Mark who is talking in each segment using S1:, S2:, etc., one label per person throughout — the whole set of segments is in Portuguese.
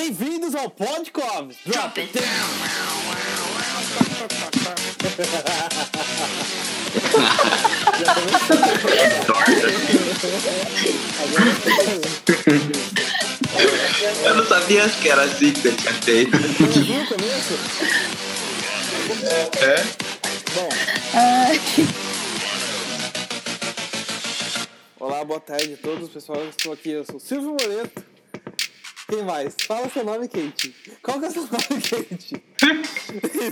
S1: Bem-vindos ao Podcom! Drop it
S2: Eu não sabia que era assim que você tinha feito.
S1: Você viu o começo?
S2: É?
S1: Bom. Olá, boa tarde a todos, pessoal. Eu estou aqui, eu sou o Silvio Moreto. Quem mais? Fala seu nome, Kate. Qual que é o seu nome, Kate?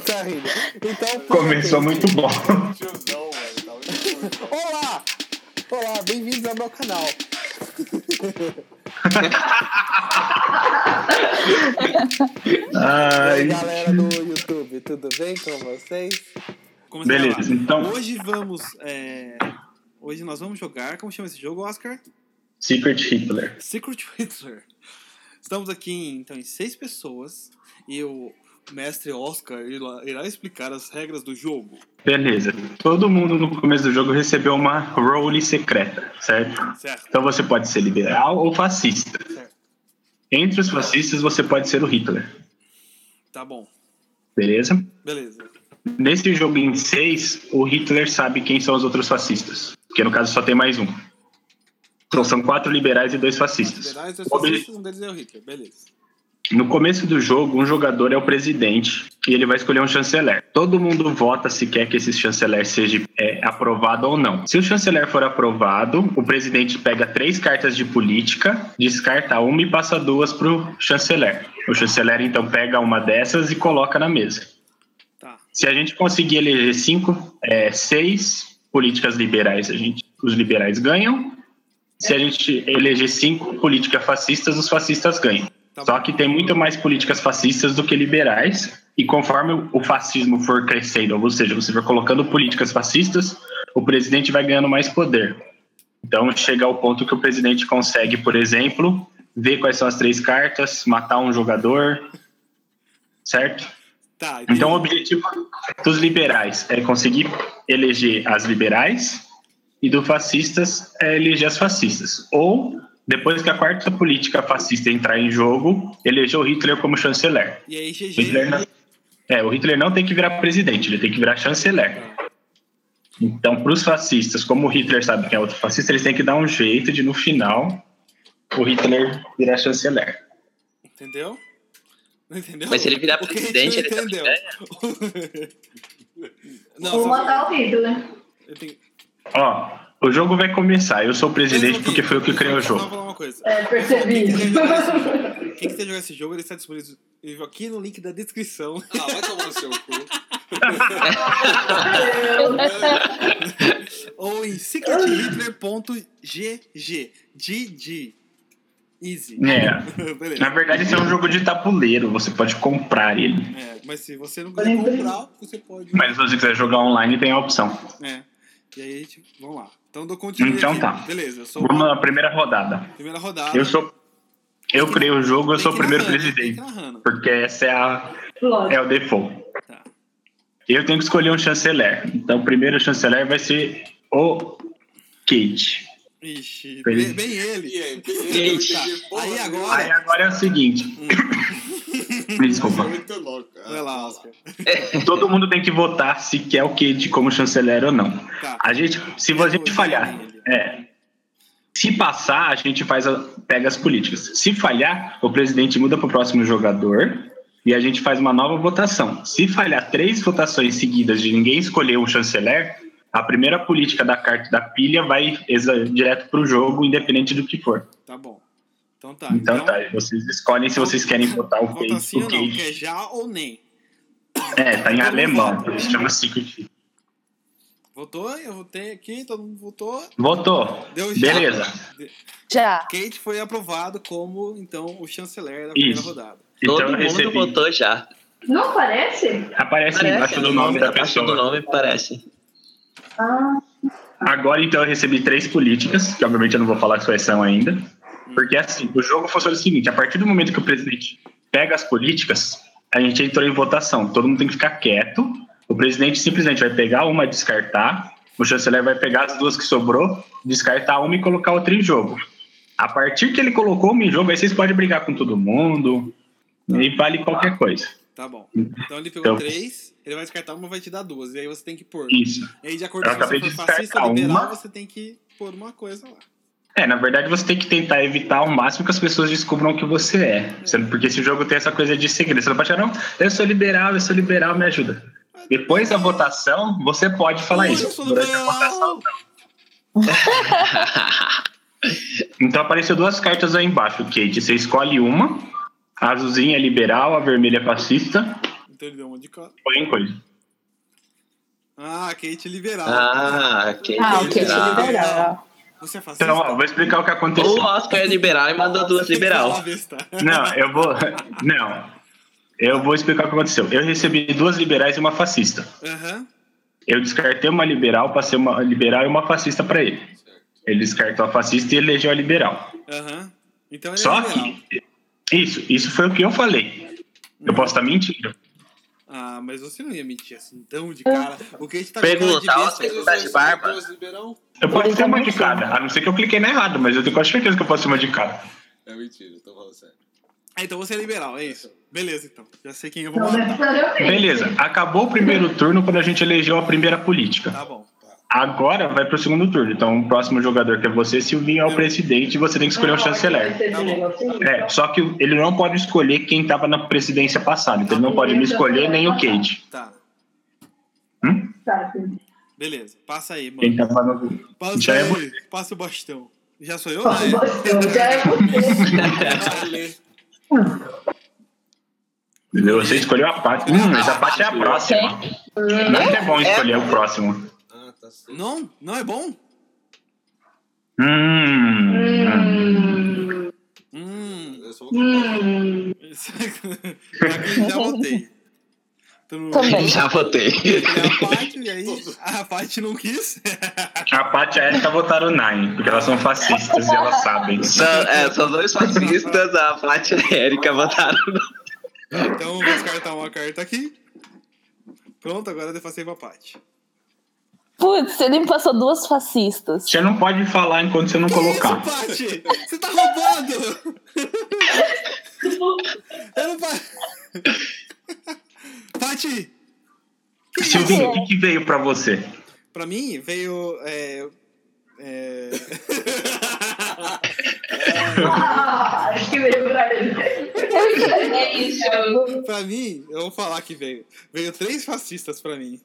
S1: tá rindo. Então, fala, Kate.
S3: Começou muito bom.
S1: Olá! Olá, bem-vindos ao meu canal. E aí,
S3: Ai,
S1: galera do YouTube, tudo bem com vocês?
S4: Começar
S3: beleza,
S4: lá.
S3: então,
S4: Hoje vamos. é, Hoje nós vamos jogar. Como chama esse jogo, Oscar?
S3: Secret Hitler.
S4: Secret Hitler. Estamos aqui então, em seis pessoas e o mestre Oscar irá irá explicar as regras do jogo,
S3: Beleza. Todo mundo no começo do jogo recebeu uma role secreta, certo?
S4: certo?
S3: Então você pode ser liberal ou fascista.
S4: Certo.
S3: Entre os fascistas, você pode ser o Hitler,
S4: Tá bom.
S3: beleza?
S4: Beleza.
S3: Nesse jogo em 6, o Hitler sabe quem são os outros fascistas. Porque no caso só tem mais um. Então são quatro liberais e dois fascistas.
S4: Liberais, dois
S3: Obje-
S4: fascistas, um deles é o Hitler. Beleza.
S3: No começo do jogo, um jogador é o presidente e ele vai escolher um chanceler. Todo mundo vota se quer que esse chanceler seja é, aprovado ou não. Se o chanceler for aprovado, o presidente pega três cartas de política, descarta uma e passa duas para o chanceler. O chanceler então pega uma dessas e coloca na mesa.
S4: Tá.
S3: Se a gente conseguir eleger cinco, é, seis políticas liberais, a gente, os liberais ganham. Se a gente eleger cinco políticas fascistas, os fascistas ganham.
S4: Tá
S3: Só
S4: bom.
S3: que tem muito mais políticas fascistas do que liberais. E conforme o fascismo for crescendo, ou seja, você for colocando políticas fascistas, o presidente vai ganhando mais poder. Então chega ao ponto que o presidente consegue, por exemplo, ver quais são as três cartas, matar um jogador, certo?
S4: Tá,
S3: Então o objetivo dos liberais é conseguir eleger as liberais e do fascistas é eleger as fascistas. Ou, depois que a quarta política fascista entrar em jogo, eleger o Hitler como chanceler.
S4: E aí,
S3: O Hitler
S4: GG.
S3: não, é, o Hitler não tem que virar presidente, ele tem que virar chanceler. Então, para os fascistas, como o Hitler sabe que é outro fascista, eles têm que dar um jeito de, no final, o Hitler virar chanceler.
S4: Entendeu? Não entendeu?
S2: Mas se ele virar
S4: O Kate
S2: presidente,
S4: não
S2: ele tá
S4: entendeu. não,
S5: Vou
S4: só-
S5: botar o vídeo, né?
S4: eu tenho-
S3: Ó, o jogo vai começar. Eu sou o
S4: Pensa
S3: presidente
S4: no
S3: porque
S4: Kate,
S3: foi eu que
S4: só- um
S3: criei o
S4: só
S3: jogo.
S4: vou falar uma coisa.
S5: É, percebi.
S4: Quem quiser jogar esse jogo, ele está disponível aqui no link da descrição.
S6: Ah, vai tomar no seu cu.
S4: Ou em secrethitler.gg. GG. Easy.
S3: É,
S4: Beleza.
S3: Na verdade, esse é um jogo de tabuleiro, você pode comprar ele.
S4: É, mas se você não quiser comprar, você pode.
S3: Mas se você quiser jogar online, tem a opção.
S4: É. E aí a gente. Vamos lá. Então dou continuidade.
S3: Então
S4: aqui.
S3: tá.
S4: Beleza, eu sou
S3: Vamos
S4: o
S3: na primeira rodada.
S4: primeira rodada.
S3: Eu sou. Eu criei o jogo, eu
S4: Tem
S3: sou o
S4: que ir
S3: primeiro
S4: narrando, tem que
S3: presidente.
S4: ir narrando.
S3: Porque essa é, a, é
S5: Lógico.
S3: o default.
S4: Tá.
S3: Eu tenho que escolher um chanceler. Então, o primeiro chanceler vai ser o Kate.
S4: Ixi,
S3: Feliz.
S4: bem, bem ele.
S6: E aí? Eu entendi, porra,
S4: Aí agora-
S3: Aí agora é o seguinte. Me
S6: Foi
S3: desculpa.
S6: É muito louco.
S4: Vai lá, Oscar.
S3: Todo mundo tem que votar se quer o Kate como chanceler ou não.
S4: Tá.
S3: A gente, se a gente falhar, é, se passar, a gente faz a- pega as políticas. Se falhar, o presidente muda para o próximo jogador e a gente faz uma nova votação. Se falhar três votações seguidas de ninguém escolher um chanceler, a primeira política da carta da pilha vai exa- direto para o jogo, independente do que for.
S4: Tá bom. Então tá.
S3: Então, tá, vocês escolhem se vocês querem votar o
S4: Votar
S3: Kate.
S4: sim
S3: O
S4: ou não? Quer
S3: Kate.
S4: já ou nem?
S3: É, tá em
S4: Todo
S3: alemão,
S4: mundo vota.
S3: chama Secret.
S4: Votou, eu votei aqui, todo mundo votou.
S3: Votou.
S4: Deu já.
S3: Beleza.
S7: Já.
S4: Kate foi aprovado como, então, o chanceler da primeira
S3: Isso.
S4: rodada.
S3: Então
S2: Todo
S3: eu
S2: mundo
S3: recebi.
S2: votou já.
S5: Não parece?
S3: Aparece, embaixo do nome da
S2: abaixo
S3: pessoa.
S2: do nome parece.
S5: Ah,
S3: Agora, então, eu recebi três políticas, que obviamente eu não vou falar quais são um ainda. Porque, assim, o jogo funciona o seguinte: a partir do momento que o presidente pega as políticas, a gente entrou em votação. Todo mundo tem que ficar quieto. O presidente simplesmente vai pegar uma, descartar. O chanceler vai pegar as duas que sobrou, descartar uma e colocar outra em jogo. A partir que ele colocou uma em jogo, aí vocês podem brigar com todo mundo, E vale qualquer coisa.
S4: Tá bom. Então ele pegou
S3: Então-
S4: três, ele vai descartar uma, vai te dar duas. E aí você tem que pôr.
S3: Isso.
S4: E aí, de acordo
S3: Eu
S4: com se
S3: acabei
S4: você
S3: de
S4: for fascista
S3: descartar
S4: liberal,
S3: uma.
S4: você tem que pôr uma coisa lá.
S3: É, na verdade você tem que tentar evitar ao máximo que as pessoas descubram que você é. Você- Porque esse jogo tem essa coisa de segredo. Você não pode falar, não, eu sou liberal, eu sou liberal, me ajuda. Depois da votação, você pode falar
S4: Ui, eu
S3: isso.
S4: sou
S3: Durante a
S4: liberal.
S3: votação, não. então apareceu duas cartas aí embaixo, Kate. Você escolhe uma. A azulzinha é liberal, a vermelha é passista.
S4: Então ele deu uma de cara.
S3: Põe coisa.
S4: Ah, Kate liberal.
S2: Ah, quem
S7: Ah, o
S2: liberal.
S7: que é liberal.
S4: Você é fascista?
S3: Então, ó, vou explicar o que aconteceu.
S2: O Oscar é liberal e mandou duas
S4: Você tem que falar
S2: liberal.
S4: besta.
S3: Não, eu vou. Não. Eu vou explicar o que aconteceu. Eu recebi duas liberais e uma fascista.
S4: Aham.
S3: Eu descartei uma liberal, passei uma liberal e uma fascista pra ele. Ele descartou a fascista e elegeu a liberal.
S4: Aham. Então ele
S3: Só
S4: é liberal.
S3: que. Isso, isso foi o que eu falei. Eu posso estar mentindo.
S4: Ah, mas você não ia mentir assim tão de cara. O Kate tá
S2: Pergunta,
S4: com cara
S2: ó,
S4: de besta.
S2: Tá de barba?
S6: Duas liberal?
S3: Eu posso
S7: Ele
S3: ter
S7: tá
S3: uma de
S7: mentindo.
S3: cada. A não ser que eu cliquei na errada, mas eu tenho quase certeza que eu posso ter uma de cada.
S6: É mentira, tô falando sério.
S4: Ah, então você é liberal, é isso. Beleza, então. Já sei quem eu vou
S5: Não né? é
S4: matar.
S5: necessariamente.
S3: Beleza, acabou o primeiro turno quando a gente elegeu a primeira política.
S4: Tá bom.
S3: Agora vai pro segundo turno. Então o próximo jogador que é você, Silvinho, é o presidente e você tem que escolher o chanceler.
S5: um
S3: É, só que ele não pode escolher quem tava na presidência passada. Então ele não pode me escolher nem o Kate.
S4: Tá.
S3: Hum?
S5: Então, Sabe?
S4: Beleza. Passa aí,
S3: Quem tá
S4: mano.
S3: tava no.
S4: Passa
S3: Já é
S4: aí.
S3: você.
S4: Passa o bastão. Já sou eu?
S3: Então
S4: é
S5: Nossa,
S4: né?
S5: gostou, Já é você.
S3: Entendeu? Você escolheu a parte. Hum, mas a parte é a próxima. Não é que é bom escolher o próximo.
S6: Ah, tá certo.
S4: Não? Não é bom?
S3: Hum.
S5: Hum,
S4: Hum.
S6: Eu sou
S5: hum.
S4: Isso- Aqui já voltei. Tu não-
S7: Também.
S2: Já votei.
S4: É a parte, e aí a parte não quis.
S3: A Paty e a Erika votaram Nine, porque elas são fascistas e elas sabem.
S2: São, é, são dois fascistas, a Paty e a Erika votaram. no-
S4: Então vou descartar uma carta aqui. Pronto, agora eu defacei pra parte.
S7: Putz, ele me passou duas fascistas.
S3: Você não pode falar enquanto você não colocar.
S4: Isso, Paty! Você tá roubando! eu não pa... Paty!
S3: Silvinho, o que, que veio pra você?
S4: Pra mim veio. É, é...
S5: Ah, acho que veio pra ele. Eu
S7: É
S5: enxerguei isso.
S4: pra mim, eu vou falar que veio. Veio três fascistas pra mim.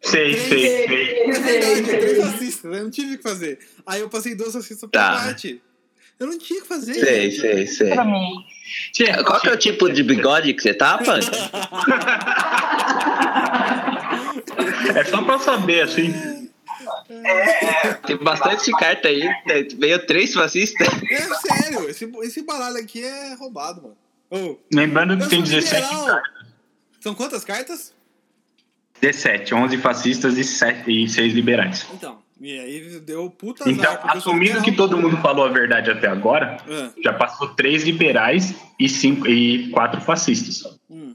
S3: Sei, sei, sei.
S4: Verdade, três
S5: Sim,
S4: fascistas, eu não tive o que fazer. Aí eu passei duas fascistas pra
S2: Tá.
S4: Paty. Eu não tinha o que fazer.
S2: Sei, sei, sei.
S7: Pra mim.
S2: Qual que é o tipo de bigode que você tá, Paty?
S3: É só pra saber, assim.
S2: Tem bastante carta aí. né? Veio três fascistas.
S4: É sério, esse, esse baralho aqui é roubado, mano. Ô,
S3: Lembrando que
S4: eu
S3: tem
S4: sou
S3: 17
S4: liberal.
S3: cartas.
S4: São quantas cartas?
S3: 17, 11 fascistas e, 7, e 6 liberais.
S4: Então, e aí deu puta azar,
S3: Então,
S4: porque eu sou
S3: assumindo
S4: liberal.
S3: que todo mundo falou a verdade até agora,
S4: Ah,
S3: já passou 3 liberais e 5 e 4 fascistas.
S4: hum.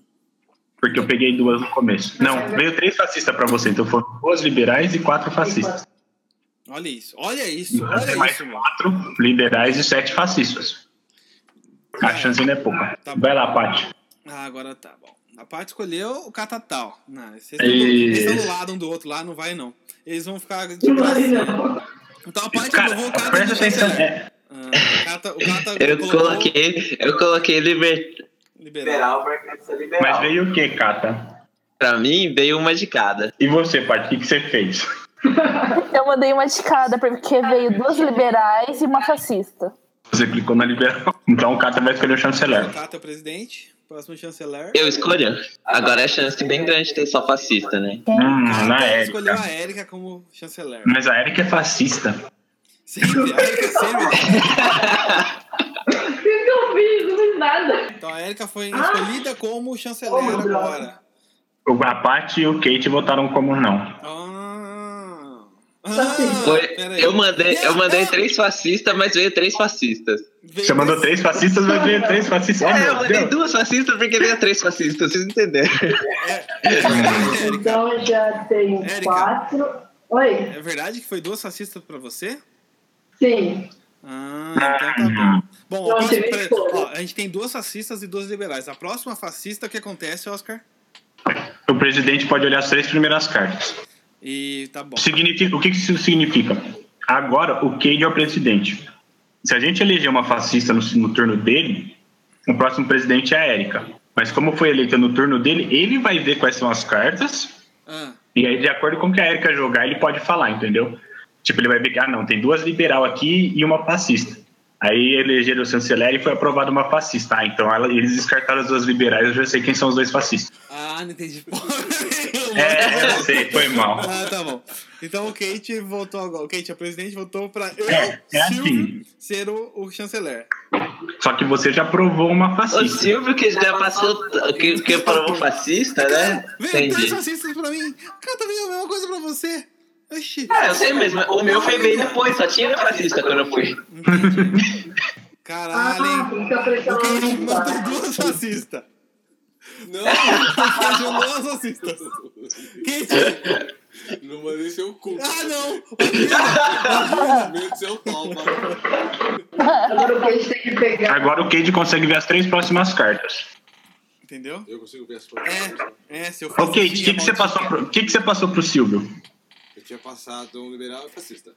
S3: Porque eu peguei duas no começo. Não, veio três fascistas pra você, então foram duas liberais e quatro fascistas.
S4: Olha isso, olha
S3: E
S4: isso,
S3: você
S4: olha
S3: mais
S4: isso, mano.
S3: quatro liberais e sete fascistas. A chance ainda é pouca.
S4: Tá bom.
S3: Vai lá, Paty.
S4: Ah, agora tá bom. A parte escolheu o catatal. Não, vocês
S3: Isso.
S4: estão do lado um do outro lá, não vai não. Eles vão ficar. de
S5: Não vai,
S4: classe.
S5: não.
S4: Então a parte
S3: Cara,
S4: levou o cata.
S3: presta
S4: do
S3: atenção.
S4: chanceler.
S3: É,
S4: Ah, o cata, o cata
S2: Eu
S4: colocou
S2: coloquei, eu coloquei liber...
S4: Liberal.
S3: mas veio o que, Cata?
S2: Pra mim, veio uma de cada.
S3: E você, Paty, o que, que você fez?
S7: Eu mandei uma de cada, porque veio duas liberais e uma fascista.
S3: Você clicou na liberal. Então o Cata vai escolher o chanceler.
S4: O cata é o presidente, próximo chanceler.
S2: Eu escolho. Agora é chance bem grande de ter só fascista, né?
S3: Hum,
S4: Cata
S3: na
S4: escolheu
S3: Érica.
S4: a Érica como chanceler.
S3: Mas a Erika é fascista.
S4: Sempre, a Érica é né? sempre.
S5: Eu não vi, não fiz nada.
S4: Então a Érica foi escolhida como chanceler
S5: Oh, Ah. droga.
S4: agora.
S3: O- A Paty e o Kate votaram como não.
S4: Ah.
S2: Foi-
S4: peraí. é,
S2: eu mandei, eu mandei três fascistas, mas veio três fascistas.
S4: Veio
S3: Você mandou três fascistas, mas veio três fascistas. Oh,
S2: É, eu
S3: meu
S2: mandei
S3: Deus.
S2: duas fascistas porque veio três fascistas, vocês entenderam.
S4: é,
S5: Então já tenho
S4: Érica.
S5: quatro. Oi?
S4: É verdade que foi duas fascistas pra você?
S5: Sim.
S4: Ah, então tá bom. Bom, a,
S5: Não,
S4: próxima-
S5: você
S4: peraí,
S5: escolhe.
S4: ó, a gente tem duas fascistas e duas liberais. A próxima fascista, o que acontece, Oscar?
S3: O presidente pode olhar as três primeiras cartas.
S4: E tá bom.
S3: Significa, o que que isso significa? Agora, o Cade é o presidente. Se a gente eleger uma fascista no, no turno dele, o próximo presidente é a Érica. Mas como foi eleita no turno dele, ele vai ver quais são as cartas
S4: Ah,
S3: E aí, de acordo com o que a Erika jogar, ele pode falar, entendeu? Tipo, ele vai ver que, ah, não, tem duas liberal aqui e uma fascista. Aí elegeram o chanceler e foi aprovada uma fascista. Ah, então ela- eles descartaram as duas liberais, eu já sei quem são os dois fascistas.
S4: ah não entendi porra nenhuma.
S3: É, eu sei, foi mal.
S4: Ah, tá bom. Então o Kate votou agora. O Kate, a presidente, votou pra eu,
S3: É, é
S4: Silvio,
S3: assim.
S4: ser o, o chanceler.
S3: Só que você já provou uma
S2: O
S3: fascista.
S2: Silvio que já passou, que, que provou fascista, né?
S4: Vem, três
S2: Entendi.
S4: fascistas pra mim. Cara, também é a mesma coisa pra você. Oxi.
S2: Ah, eu sei mesmo. O meu foi bem depois, só tinha fascista quando eu fui.
S4: Caralho, hein?
S5: Ah, então por isso
S4: O
S5: ela não
S4: Kate
S5: vai
S4: matou
S5: votar.
S4: duas fascistas.
S6: Não,
S4: Kate matou duas fascistas.
S2: Hum.
S4: Kate,
S6: não mandei seu cu.
S4: ah não.
S6: Medo seu pau, mano.
S5: Agora o peixe tem que pegar.
S3: Agora o Cade consegue ver as três próximas cartas.
S4: Entendeu?
S6: Eu consigo ver as coisas.
S4: É, é, se eu
S3: Ô, Cade, o
S4: assim,
S3: que, que, você
S4: maldito.
S3: passou pro- o que, que você passou pro Silvio?
S6: Eu tinha passado um liberal e fascista.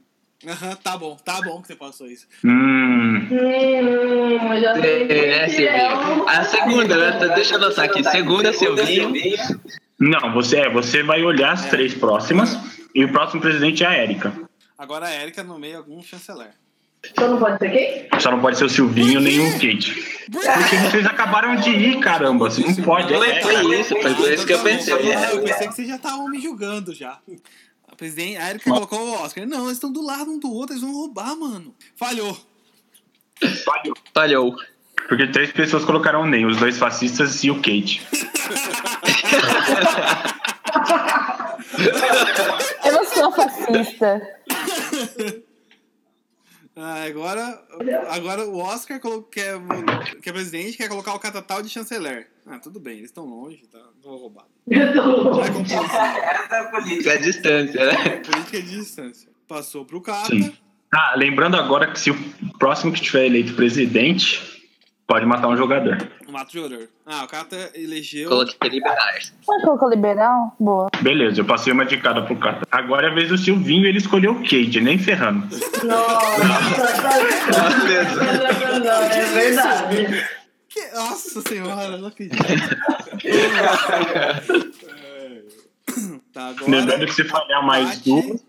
S4: Aham, tá bom, tá bom que você passou isso.
S3: Hum,
S5: Hum, eu já sei.
S2: É, Silvinho. A segunda, né? Tá- deixa eu anotar aqui. Segunda, Silvinho.
S3: não, você, é, você vai olhar as três próximas e o próximo presidente é a Érica.
S4: Agora a Erika nomeia algum chanceler.
S5: Então não pode ser quem?
S3: Só não pode ser o Silvinho nem o Kate. Porque vocês acabaram de ir, caramba. Você não pode.
S2: Foi
S3: É, cara.
S2: foi isso, foi por isso que eu pensei. é. né?
S4: Ah, eu pensei que vocês já estavam me julgando já. A presidente, a Erika colocou o Oscar. Não, eles estão do lado um do outro, eles vão roubar, mano. Falhou.
S2: Falhou.
S3: Porque três pessoas colocaram o Ney, os dois fascistas e o Kate.
S7: Eu não sou fascista.
S4: Ah, agora, agora o Oscar colo- quer, que é presidente quer colocar o catatal de chanceler. Ah, tudo bem, eles estão longe, tá? Não vou roubar.
S5: Eu tô-
S4: Vai composição.
S2: Fica É a distância, né?
S4: Política de distância. Passou pro Cata.
S3: Sim. Ah, lembrando agora que se o próximo que tiver eleito presidente, pode matar um jogador.
S4: O Mato Joror. Ah, o Cata elegeu.
S2: Coloquei liberais.
S7: Sabe qual que é o liberal? Boa.
S3: Beleza, eu passei uma de cada pro cara. Agora é a vez do Silvinho, ele escolheu o Kate, nem ferrando.
S5: Nossa, tá-
S2: Beleza.
S5: não, não, não, é verdade.
S4: Que- Nossa senhora, eu não acredito. tá, agora.
S3: Lembrando que se falhar mais
S4: Tati
S3: duas.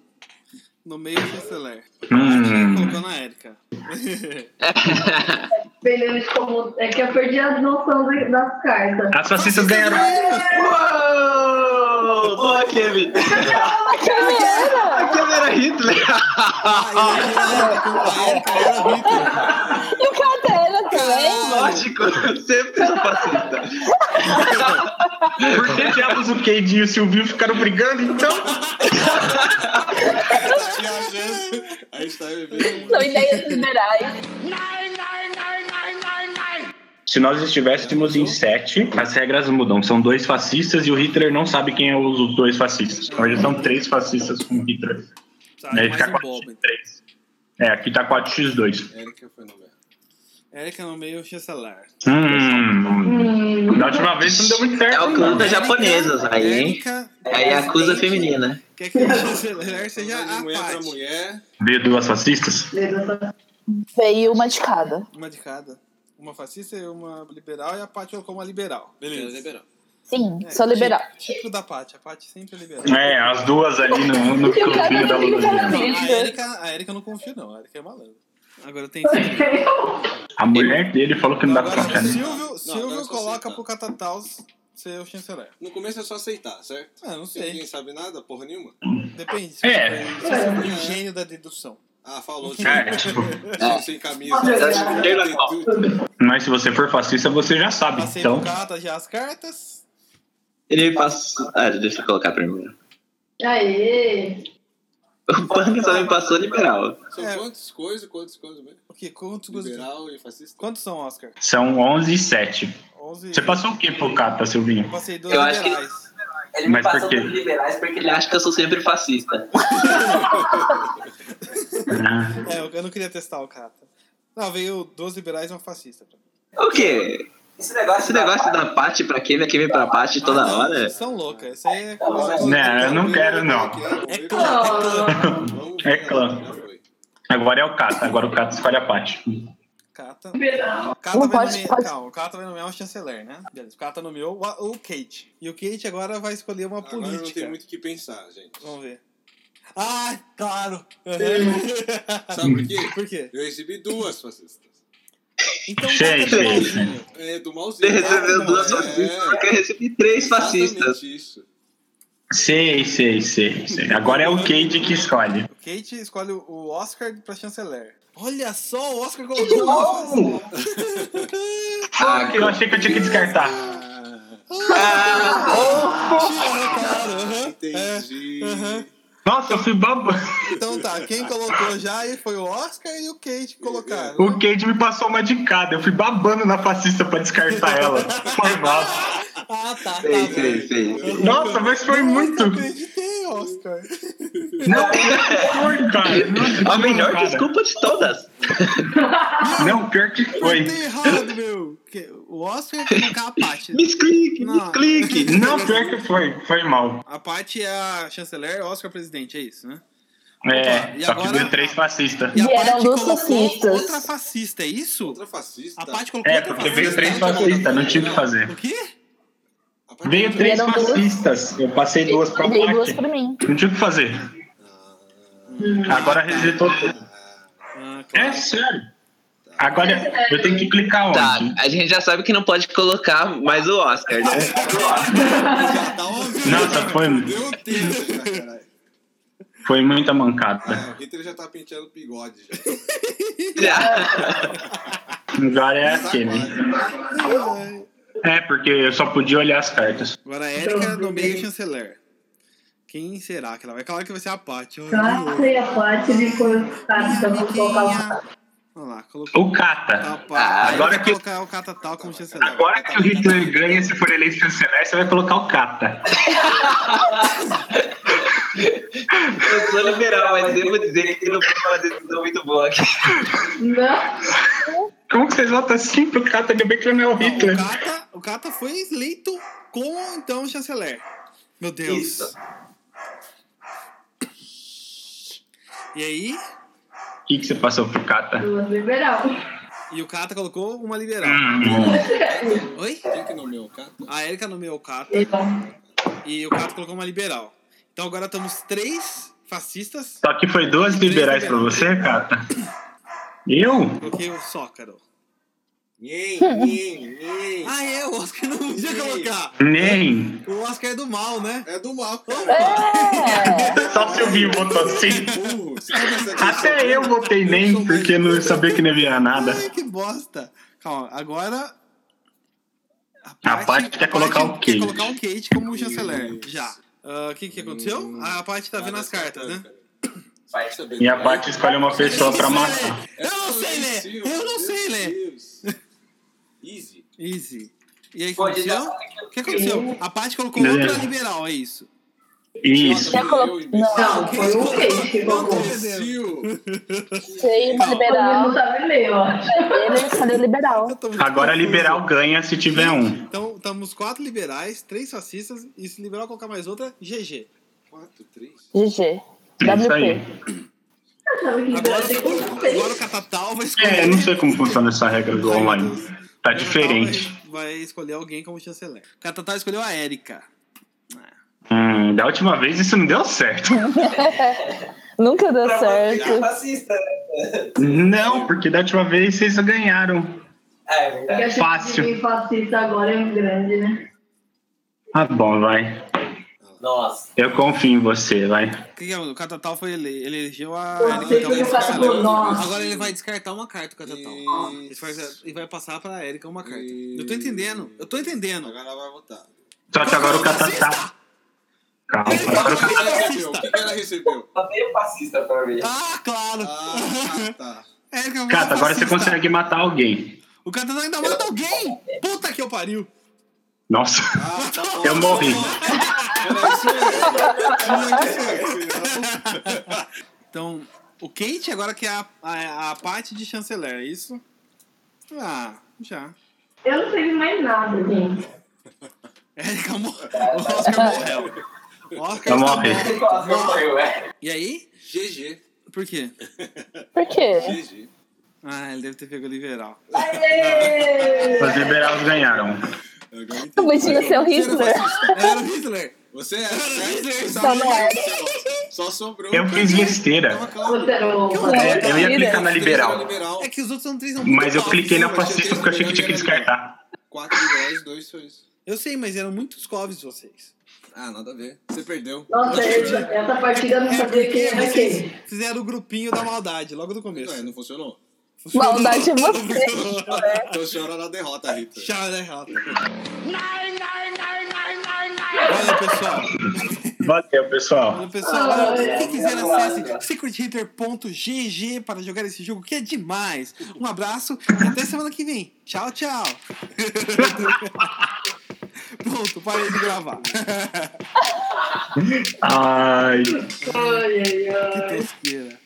S4: No meio do chanceler.
S3: Hum.
S4: Colocou na Erika.
S5: Dependendo de como. É que eu perdi a noção do- das cartas.
S3: As fascistas ganharam.
S2: Uou! Boa, Kevin!
S7: Caminhando!
S2: A câmera Hitler!
S4: a Erika era Hitler.
S7: E o Catena também?
S2: Lógico, sempre sou fascista.
S3: Por que diabos o Kate e o Silvinho ficaram brigando então?
S6: A gente tá bebendo.
S7: São ideias liberais.
S3: Se nós estivéssemos em sete, as regras mudam. São dois fascistas e o Hitler não sabe quem é os dois fascistas. Então já são três fascistas com o Hitler.
S4: Sabe,
S3: Aí
S4: mais
S3: fica
S4: um bobo. então.
S3: 4x3. É, aqui tá 4x2.
S6: Érica foi no merda.
S4: Erika no meio do chanceler.
S3: Hum,
S5: Hum,
S3: da última vez não deu muito
S2: É
S3: certo.
S2: o
S3: não.
S2: clube das japonesas aí, hein?
S4: Erika
S2: Aí acusa a feminina.
S4: quer que o chanceler seja
S2: ah,
S4: a
S6: mulher é pra
S4: Paty.
S6: mulher.
S3: Veio duas fascistas?
S5: beleza.
S7: Veio uma de cada.
S4: Uma de cada. Uma fascista e uma liberal. E a Paty colocou uma liberal.
S6: Beleza.
S4: Beleza.
S7: Sim, sou liberal.
S4: Tipo da Paty. A Paty sempre é liberal.
S3: É, as duas ali no, no
S7: E o cara
S3: clubinho da
S7: não fica
S3: Lula.
S4: Não, a
S7: fascista.
S4: Erika, a Erika eu não confio, não. A Erika é malandro. Agora tem que.
S3: A mulher dele falou que não dá pra
S4: Agora
S3: confiar
S4: o
S3: nele.
S4: Silvio, Silvio
S6: agora eu só
S4: coloca
S6: aceito.
S4: pro Catataus ser o chanceler.
S6: No começo é só aceitar, certo?
S4: Ah, não
S6: Se
S4: sei.
S6: ninguém sabe nada, porra nenhuma.
S4: Depende. Se
S3: É.
S4: você é um gênio da dedução.
S6: Ah, falou.
S3: É, tipo,
S6: Sou sem camisa.
S3: né?
S5: Tá
S2: de primeira mão.
S3: mas se você for fascista, você já sabe.
S4: Passei
S3: Então,
S4: pro Cata já as cartas.
S2: Ele passou. Ah, deixa eu colocar primeiro.
S5: Aê!
S2: O Panda só me passou liberal.
S6: São
S4: É.
S6: quantas coisas, quantas coisas mesmo?
S4: O quê? Quantos,
S6: Liberal e fascista?
S4: quantos são, Oscar?
S3: são 11 e 7.
S4: 11.
S3: Você passou o que pro Cata, Silvinho?
S4: Eu passei dois
S2: Eu acho que-
S4: liberais.
S2: Ele me
S3: Mas por
S2: passa
S3: quê?
S2: por liberais porque ele acha que eu sou sempre fascista.
S3: Ah,
S4: É, eu- eu não queria testar o Cata. Não, veio dois liberais e um fascista. pra mim.
S2: O quê? Esse negócio, da parte pra quem vem, quem vem pra parte toda hora?
S4: Ah, Vocês são loucas. Isso aí é coisa.
S3: Não, eu não quero, não.
S4: É
S5: clã, é
S6: Vamos
S3: É
S6: ver,
S3: clã.
S6: já foi.
S3: Agora é o Cata, agora o Cata escolhe a parte.
S4: Cata.
S5: Liberal.
S4: Cata
S7: Não,
S4: vai
S7: pode-
S4: nomear.
S7: pode-
S4: tá Calma, o Cata vai nomear um chanceler, né? Beleza. O Cata nomeou o, o Kate. E o Kate agora vai escolher uma
S6: Agora não tem
S4: política.
S6: muito o que pensar, gente.
S4: Vamos ver. Ah, claro!
S6: Sabe por quê?
S4: Por quê?
S6: Eu recebi duas fascistas.
S4: Então,
S3: Gente,
S4: Cata é
S3: gente.
S4: bonzinho.
S6: É, do
S2: Você
S6: malzinho.
S2: recebeu duas
S6: É,
S2: fascistas, porque eu recebi três fascistas.
S6: exatamente isso.
S3: Sei, sei, sei, sei. Agora é o Cade que escolhe.
S4: O Kate escolhe o Oscar pra chanceler. Olha só, o Oscar colocou uma
S2: Ah,
S3: Eu achei que eu tinha que descartar.
S6: Ah,
S4: fascista, claro. aham.
S6: Entendi.
S3: Nossa, eu fui babo.
S4: Então tá, quem colocou já aí foi o Oscar e o Kate colocaram.
S3: O Cade me passou uma de cada. Eu fui babando na fascista pra descartar ela. Foi mal.
S4: Ah, tá, tá.
S2: sei,
S4: bom.
S2: sei, sei. sei.
S3: Nossa, mas foi muito.
S4: Eu acreditei, Oscar.
S3: Não, foi, cara. Não,
S2: Ah, A melhor
S3: cara.
S2: desculpa de todas.
S3: Não, pior que foi.
S4: Acertei errado, meu. Que- O Oscar é ia colocar a Paty.
S2: Misclick,
S4: Não.
S2: misclick.
S3: Não, pior que foi. Foi mal.
S4: A Paty é a chanceler, Oscar é o presidente, é isso, né?
S3: É,
S4: E
S3: só que
S4: agora-
S3: deu três fascistas.
S4: E a
S7: E eram
S4: Paty
S7: duas
S4: colocou
S7: fascistas.
S4: outra fascista, Tá. é isso?
S6: Outra fascista.
S4: A Paty colocou
S3: É,
S4: outra
S3: porque
S4: fascista.
S3: veio três fascistas, não tinha o que fazer.
S4: O quê?
S6: A Paty-
S3: Veio três
S7: Vieram duas.
S3: fascistas. Eu passei duas pra
S7: Dei duas pra
S3: parte.
S7: mim.
S3: Não tinha o que fazer. Agora resetou tudo.
S4: Ah, claro.
S3: Hum. É sério. Agora eu tenho que clicar
S2: Tá,
S3: onde?
S2: a gente já sabe que não pode colocar mais o Oscar, né?
S6: Tá óbvio.
S4: né?
S3: Nossa, foi,
S6: Meu Deus, cara, caralho.
S3: foi muita mancada.
S6: Ah, o Hitler já tá penteando o bigode. Já.
S3: Agora é
S6: Tá
S3: aquele.
S6: quase.
S3: É, porque eu só podia olhar as cartas.
S4: Agora a Erika nomeia o chanceler. Quem será que ela vai? Claro que vai ser a Paty. Olha,
S5: Nossa, e a parte de coitada da
S4: Olha
S5: fofoca.
S4: lá, colocou
S3: O
S4: a
S3: Cata.
S4: Paty.
S2: Ah,
S4: agora
S3: agora
S4: vai
S3: que-
S4: colocar o Catatal como chanceler.
S3: Agora que o Hitler ganha, se for eleito chanceler, você vai colocar o Cata.
S2: Eu sou liberal, mas devo dizer que não foi uma decisão muito boa aqui.
S5: Não.
S3: Como que vocês votam assim pro Cata? Ainda bem que ele não é o
S4: Não,
S3: Hitler.
S4: o, Cata, o Cata foi eleito como então o chanceler. Meu Deus.
S2: Isso.
S4: E aí?
S3: O que, que você passou pro Cata?
S5: Duas liberal.
S4: E o Cata colocou uma liberal.
S3: Hum,
S4: Oi?
S6: Quem que nomeou o cara?
S4: A Erika nomeou o Cata
S5: Então,
S4: e o Cata colocou uma liberal. Então agora estamos três fascistas.
S3: só que foi duas liberais pra você, Cata? Eu?
S4: Coloquei o Sócaro.
S6: Nhen, nhen, nhen.
S4: Ah, é, o Oscar não podia colocar.
S3: Nem.
S4: O Oscar é do mal, né?
S6: É do mal,
S7: É.
S6: cara.
S3: Só se eu vi votou assim.
S6: Burro. Você tá pensando que eu sou
S3: Até eu votei nem, porque não sabia que não ia virar nada.
S4: Ai, que bosta. Calma, agora.
S3: A Paty quer colocar o
S4: Kate.
S3: Kate.
S4: colocar o Kate como chanceler. Já. Ah, O que, que aconteceu? A Paty tá vendo as cartas, né?
S6: Vai saber. É
S3: E a parte escolhe uma pessoa pra matar.
S4: Eu não sei ler! Eu não sei ler!
S6: Easy.
S4: Easy. E aí, o que aconteceu? O que aconteceu? A Paty colocou
S3: Beleza.
S4: outra liberal, é isso.
S3: Isso.
S7: Já colocou. Não,
S5: não, foi o Kate que colocou.
S6: Imbecil.
S7: sei uma
S5: Ele não
S7: liberal.
S5: sabe ler, eu acho.
S7: Ele escolheu liberal.
S4: Eu tô muito
S3: Agora
S4: confuso.
S3: liberal ganha se tiver um.
S4: Então, estamos quatro liberais, três fascistas, e se liberal colocar mais outra, GG.
S6: 4, 3.
S7: GG.
S3: É isso aí.
S7: WP.
S5: Sabe que
S4: Agora,
S5: liberal tem que
S4: agora o Catatal vai escolher.
S3: É, eu não sei como é funciona essa regra do
S4: Ai, meu
S3: online.
S4: Deus.
S3: Tá
S4: Catatal
S3: diferente.
S4: Vai, vai escolher alguém como chanceler. Catatal escolheu a Érica.
S3: Hum, da última vez isso não deu certo.
S7: Nunca deu certo.
S2: Fascista.
S3: Não, porque da última vez vocês ganharam.
S2: É verdade.
S5: a chance de
S3: Fácil.
S5: mim fascista agora é grande, né?
S3: Tá bom, vai.
S2: Nossa.
S3: Eu confio em você, vai.
S4: O que que é? O Catatal foi ele, É, ele um elegeu a
S5: Eu
S4: Érica
S5: sei
S4: como
S5: que ele faz
S4: chanceler.
S5: por nós.
S4: Agora ele vai descartar uma carta, o Catatal. Ele
S6: Isso.
S4: vai, e vai passar pra Érica uma carta.
S6: Isso.
S4: Eu tô entendendo, eu tô entendendo.
S6: Agora vai votar.
S3: Só que agora o Catatá. Calma, agora o
S6: O que
S3: Catatá.
S6: ela recebeu? O que que ela recebeu?
S2: Tá meio fascista pra mim.
S4: Ah, claro!
S6: Ah, tá.
S4: Érica, você
S3: Cata,
S4: é
S3: agora você
S4: fascista.
S3: consegue matar alguém.
S4: O Catatal ainda mata alguém! Puta que eu pariu!
S3: Nossa, eu morri.
S4: Então, o Kate agora que é a, a, a parte de chanceler, é isso? Ah, já.
S5: Eu não sei mais nada, gente.
S4: Érica mor- O Oscar morreu. O Oscar
S3: Tá
S4: está
S3: morre.
S4: morto. E aí?
S6: GG.
S4: Por quê?
S7: Por quê?
S6: GG.
S4: Ah, ele deve ter pego o liberal.
S5: Aê!
S3: Os liberais ganharam.
S6: Agora eu entendi.
S7: O bichinho seu
S6: Você era
S7: Hitler.
S6: fascista.
S4: Era o Hitler.
S6: Você era fascista.
S7: Só não é.
S6: Só sobrou.
S3: Eu fiz um besteira.
S5: Você era o-
S3: É, eu ia clicar na
S6: Três
S3: liberal.
S6: era liberal,
S4: É que os outros são três não
S3: Mas eu cliquei na fascista porque eu achei que tinha que descartar.
S6: quatro liberais, dois sois.
S4: Eu sei, mas eram muitos covs vocês.
S6: Ah, nada a ver. Você perdeu.
S5: Nossa, eu- essa partida eu não
S4: É
S5: sabia quem
S4: porque
S5: era quem.
S4: vocês fizeram o grupinho da maldade logo do começo.
S6: Ué, não funcionou.
S4: Funcionou.
S7: Maldade é você.
S6: Então chora na derrota, Rita.
S4: Tchau, né, Rota? Olha, pessoal.
S3: Valeu, pessoal.
S4: Olha, pessoal. Olha, quem quiser, acesse secrethitter.gg para jogar esse jogo que é demais. Um abraço e até semana que vem. Tchau, tchau. Pronto, parei de gravar.
S3: Ai,
S5: Ai, ai, ai.
S4: Tosqueira.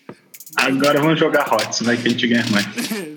S3: agora vamos jogar Hots, vai que a gente ganha mais.